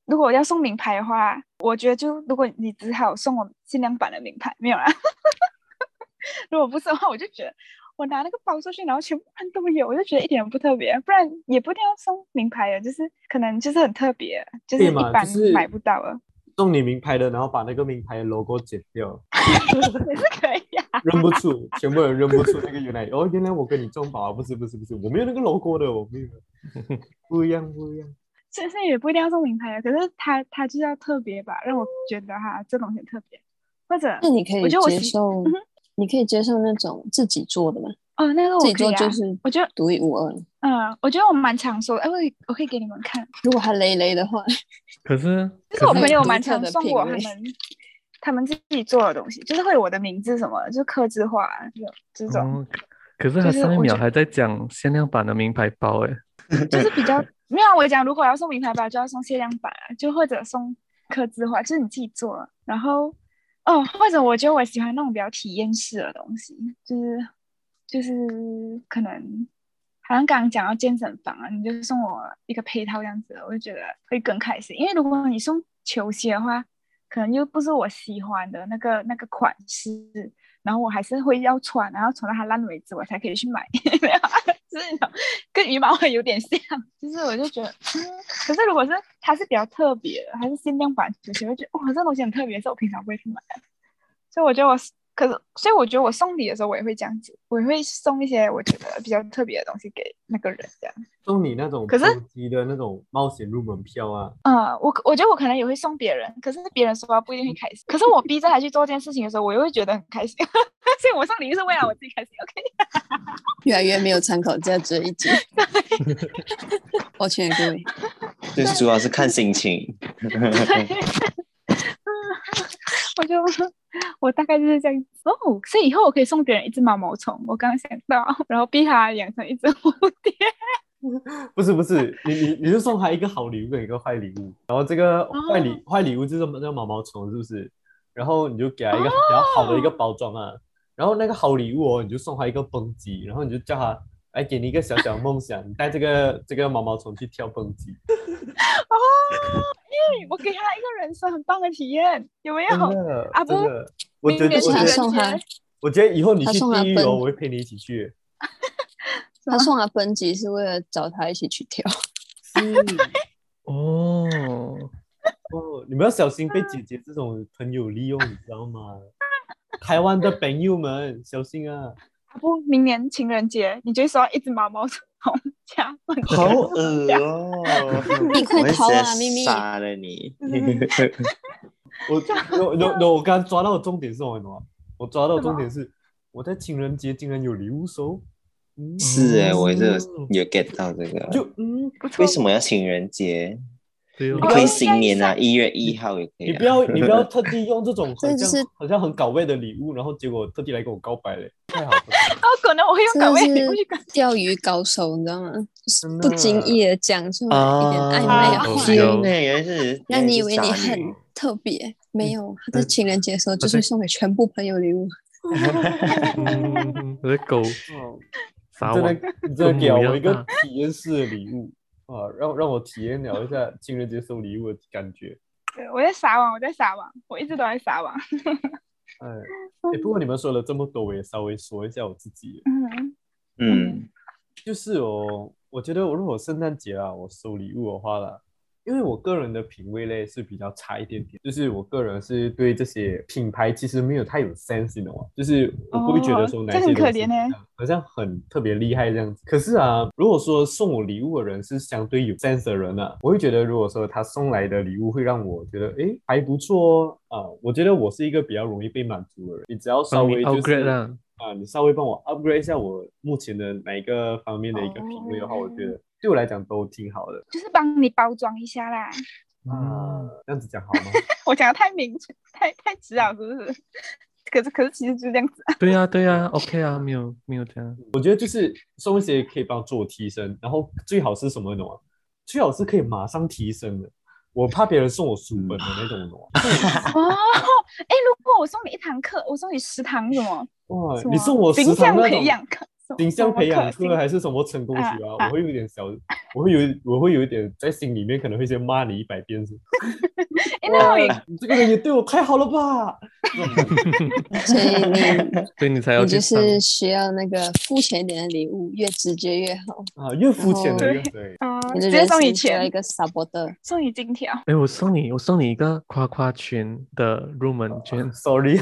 如果要送名牌的话，我觉得就如果你只好送我限量版的名牌，没有啦。 如果不是的话，我就觉得我拿那个包出去，然后全部人都有，我就觉得一点都不特别。不然也不一定要送名牌的，就是可能就是很特别，就是
对
一
嘛，
般
就是
买不到了，
送你名牌的，然后把那个名牌的 logo 剪掉，
也是可以啊。
认不出，全部人认不出那个原来哦，原来我跟你中宝啊，不是不是不是，我没有那个 logo 的，我没 有，不一样不一样。
其实也不一定要送名牌的，啊可是它它就是要特别吧，让我觉得哈这东西很特别，或者
那你可以
我觉得我
接
喜
受
嗯哼
你可以接受那种自己做的吗？
哦，那个
自
我
己
可
做
以啊
就，是
我觉得
独一无二。
嗯，我觉得我蛮常说的，哎，我可以我可以给你们看，
如果它累累的话，
可是
就是我
可
朋
是
友
独
蛮
特
常
的
送
品
我他
味
们他们自己做的东西，就是会有我的名字什么的，就是刻字化啊这种这种，
哦可是他
就是
上一
我
秒
觉
还在讲限量版的名牌包欸诶，
就是比较没有啊。我讲如果要送名牌包，就要送限量版啊，就或者送刻字化，就是你自己做啊。然后哦，或者我觉得我喜欢那种比较体验式的东西，就是就是可能。好像刚刚讲到健身房啊，你就送我一个配套这样子的，我就觉得会更开心。因为如果你送球鞋的话，可能又不是我喜欢的那个那个款式，然后我还是会要穿，然后穿到它烂为止，我才可以去买。没有啊，就是那种跟羽毛会有点像， 就是我就觉得，嗯，可是如果是它是比较特别的，还是限量版球鞋，我就觉得哇，这东西很特别，是我平常不会去买的。所以我觉得我是，可是所以我觉得我送礼的时候，我也会这样子，我也会送一些我觉得比较特别的东西给那个人，这样。
送你那种
可是
投机的那种冒险入门票啊，
嗯，我可我觉得我可能也会送别人，可是别人收到不一定会开心。可是我逼着他去做这件事情的时候，我又会觉得很开心， 所以我送礼物是为了我自己开心。OK，
越来越没有参考价值一集。抱歉各 位，
就是主要是看心情。
我就 我大概就是这样子哦，所以以后我可以送别人一只毛毛虫，我刚刚想到，然后逼他养成一只蝴蝶。
不是不是，你你你就送他一个好礼物跟一个坏礼物，然后这
哦
个坏礼、坏礼物就是那个毛毛虫是不是？然后你就给他
哦
一个比较好的一个包装啊，然后那个好礼物哦，你就送他一个蹦极，然后你就叫他来给你一个小小的梦想，你带这个这个毛毛虫去跳蹦极，
对我给他一个人生很棒的体验，有没有
真？的
啊不
真的，我觉
明
得我
年情
觉
人
得
送他
节啊
我觉得以后你
他
去
送他
地狱
笨
哦，我会陪你一起去。
他送他分级是为了找他一起去跳。
哦，
哦，你们要小心被姐姐这种朋友利用，你知道吗？台湾的朋友们，小心啊！
啊不，明年情人节你就会收到一只毛毛虫，这样我觉
好
得
恶哦！
你快
我会
逃啊
直接
咪嗯咪
杀了你！
我 no no no，我刚刚抓到的重点是什么你知道吗？我抓到的重点是我在情人节竟然有礼物收，嗯，
是哎，
哦
我也是有有 get 到这
就
个。
嗯，
不错。
为什么要情人节？
对哦
你，可以
哦
新年啊，一月一号也可以啊。
你不要你不要特地用这种
这
好
就
像
是
好像很搞味的礼物，然后结果特地来跟我告白嘞，太好了，
哦，可能我会用岗位
真
礼
的
物去
是
跟
钓鱼高手，你知道吗？就是
真的
不经意的讲出来一点
啊，
暧昧
啊
的
好
话，
天
有
呢，原来是
让你以为你
原来是渣
很
女
特别。没有，
嗯
他在情人节的时候就
对
是送给全部朋友礼 物。
嗯，我的狗
哦
撒
真
网，
的你真的给了我一
跟母一
个
样
体验式的礼物啊，让让我体验了一下情人节收礼物的感觉。
对我在撒网，我在撒网，我一直都在撒网。
哎，哎不过你们说了这么多，我也稍微说一下我自己，
嗯，
嗯，
就是哦，我觉得我如果圣诞节啊，我收礼物的话啦，因为我个人的品味类是比较差一点点，就是我个人是对这些品牌其实没有太有 sense 的嘛，就是我不会觉得说
哦
哪
这
些
很可
东西
怜欸
好像很特别厉害这样子。可是啊，如果说送我礼物的人是相对有 sense 的人呢、啊，我会觉得如果说他送来的礼物会让我觉得诶还不错哦啊，我觉得我是一个比较容易被满足的人，你只要 稍
帮你
微就是
upgrade 啦，
啊，你稍微帮我 upgrade 一下我目前的哪一个方面的一个品味的话，我
哦
觉得对我来讲都挺好的
就是帮你包装一下啦。
啊
嗯，。
这样子讲好吗？
我讲的太明确，太太直了，是不是？ 可是可是其实就是这样子。
对呀对呀，OK 啊，没有没有这样，
我觉得就是送一些可以帮助我提升，然后最好是什么你懂吗？最好是可以马上提升的。我怕别人送我书本的那种，你 懂吗？
哦，哎，如果我送你一堂课，我送你十堂什么？
哇，
什么
你送我
形
食
象
堂那
培
种
养课，什么
形象培养
什
课
么
还是什么成功学
啊
啊，
啊
我会有点小，我会有我会有一点在心里面可能会先骂你一百遍是，
课哎，那我也
你这个人也对我太好了 吧？
所以你
所以你才要
你
去
就
上，
是需要那个肤浅一点的礼物，越直接越好。
啊，越肤浅的
然
越
后
对。
啊，
你
直
的
接
人
送你
生需要
钱，
一个 supporter。
送你金条。
哎，我送你我送你一个夸夸群的入门券，
Sorry，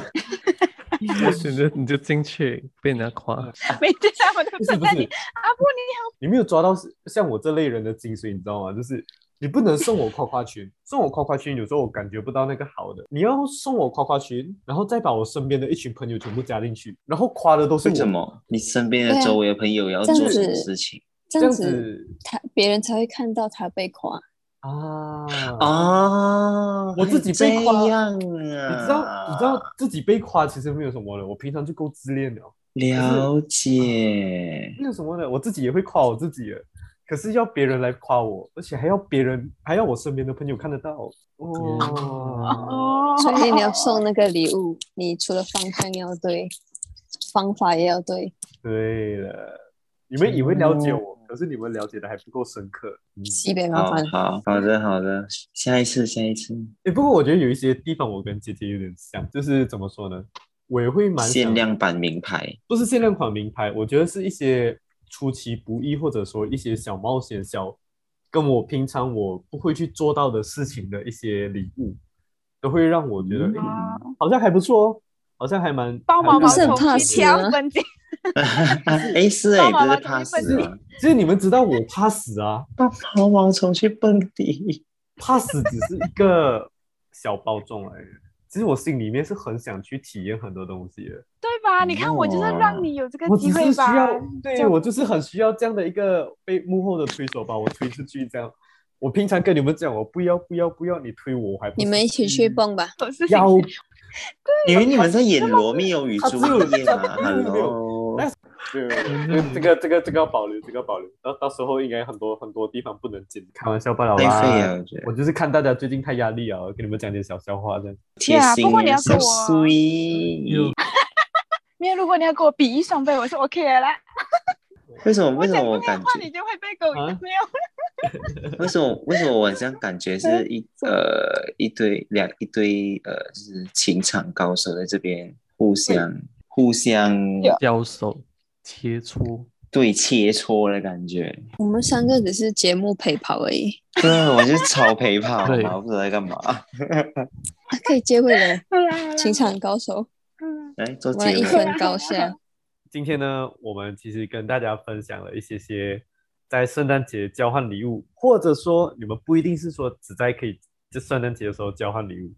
你就你就进去被人家夸，
每天啊我都
不是
等
不
待你
是，
啊，不，你
你没有抓到像我这类人的精髓，你知道吗？就是你不能送我夸夸群， 送我夸夸群，有时候我感觉不到那个好的。你要送我夸夸群，然后再把我身边的一群朋友全部加进去，然后夸的都是
为
我
什？么你身边的
对啊
周围的朋友也要
这
做
样
什么
子哦
事情
这
这
样
样
子
子
他别人才会看到他被夸。
哦
啊
啊？
我自己被夸
这样啊，
你
你
知道，你知道自己被夸其实没有什么的，我平常就够自恋了，
了解，
没有什么的，我自己也会夸我自己的，可是要别人来夸我，而且还要别人，还要我身边的朋友看得到，哦，
哦，
所以你要送那个礼物，你除了方向要对，方法也要对。
对了，你们以为了解我，可是你们了解的还不够深刻，嗯，
西北麻
好
烦，
好好的好的，下一次下一次
诶不过我觉得有一些地方我跟姐姐有点像，就是怎么说呢，我也会蛮想
限量版 名牌，
不是限量款名牌，我觉得是一些出其不意，或者说一些小冒险、小跟我平常我不会去做到的事情的一些礼物，都会让我觉得、
嗯
诶好像还不错哦，好像还蛮
帮毛
还蛮
毛
是很
虫
怕
一
死啊
条
啊
吗
分解，
哎是哎，
帮妈
这
妈充一
是怕
份
死啊！
其实你们知道我怕死啊，
把毛毛虫去蹦迪，
怕死只是一个小包装而已。其实我心里面是很想去体验很多东西的，
对吧？你看我就是让你有这个
哦我只
机
是
会
需要
吧。，
对
就
我就是很需要这样的一个被幕后的推手把我推出去，这样。我平常跟你们讲，我不要不要不要，你推我，我还不
你们一起去
嗯
蹦吧。
有事情
要
以为你们在演罗密欧与
哦
他
朱
只有
丽叶
他
吗
只有没有
？Hello，
那对这个这个这个要保留，这个要保留，到到时候应该很多很多地方不能哎剪，开玩笑罢了
太废
啦
了，。啊我觉得
我就是看大家最近太压力了，跟你们讲点小笑话这样。
贴
啊不
心啊
过你
耶，
要
小
给我
碎。
没有，如果你要跟我比一双倍，我是 OK 的啦。
为什么？为什么
讲
我
不
感
的话，你
觉？
就会被狗
啊
没有。
为什么？为什么我好像感觉
嗯
是一呃一堆两一堆呃，就是情场高手在这边互相互相
有
交手切磋，
对切磋的感觉。
我们三个只是节目陪跑而已，
对，我就是超陪跑
对
嘛，我不知道在干嘛。
啊可以接回来。
好啦好 啦
情场高手，
嗯
来做
我们
结
一
尾
分 高下。
今天呢，我们其实跟大家分享了一些些在圣诞节交换礼物，或者说你们不一定是说只在可以在圣诞节的时候交换礼物，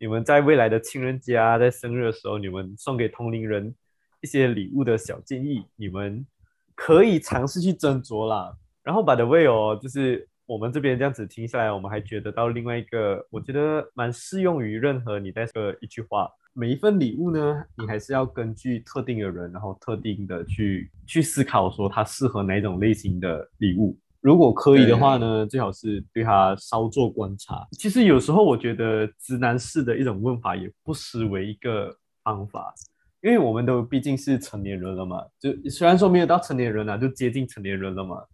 你们在未来的情人节啊，在生日的时候，你们送给同龄人一些礼物的小建议，你们可以尝试去斟酌啦。然后 by the way 哦，就是我们这边这样子听下来，我们还觉得到另外一个，我觉得蛮适用于任何你在这一句话。每一份礼物呢，你还是要根据特定的人，然后特定的去去思考，说它适合哪一种类型的礼物。如果可以的话呢，最好是对它稍作观察。其实有时候我觉得直男式的一种问法也不失为一个方法，因为我们都毕竟是成年人了嘛，就虽然说没有到成年人啊，就接近成年人了嘛。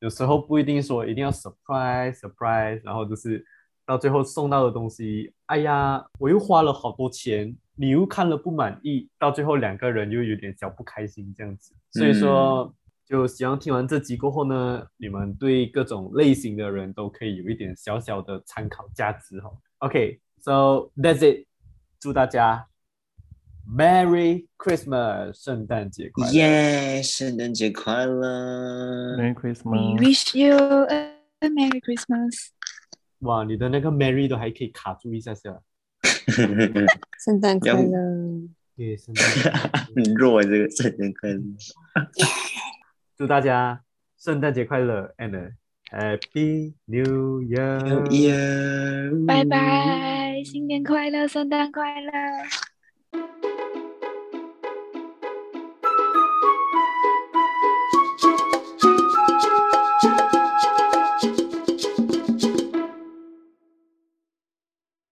有时候不一定说一定要 surprise surprise，然后就是到最后送到的东西，哎呀，我又花了好多钱，你又看了不满意，到最后两个人又有点小不开心这样子。所以说，就希望听完这集过后呢，你们对各种类型的人都可以有一点小小的参考价值哦。OK，so、that's it，祝大家 Merry Christmas，圣诞节快乐。
耶！圣诞节快乐！
Merry
We
Christmas。
wish you a a Merry Christmas。
哇，你的那个 Merry 都还可以卡住一下下。
圣诞快乐！
对，圣诞节快乐
很 弱这个圣诞快乐。
祝大家圣诞节快乐，and a Happy New Year！
耶！
拜拜，新年快乐，圣诞快乐。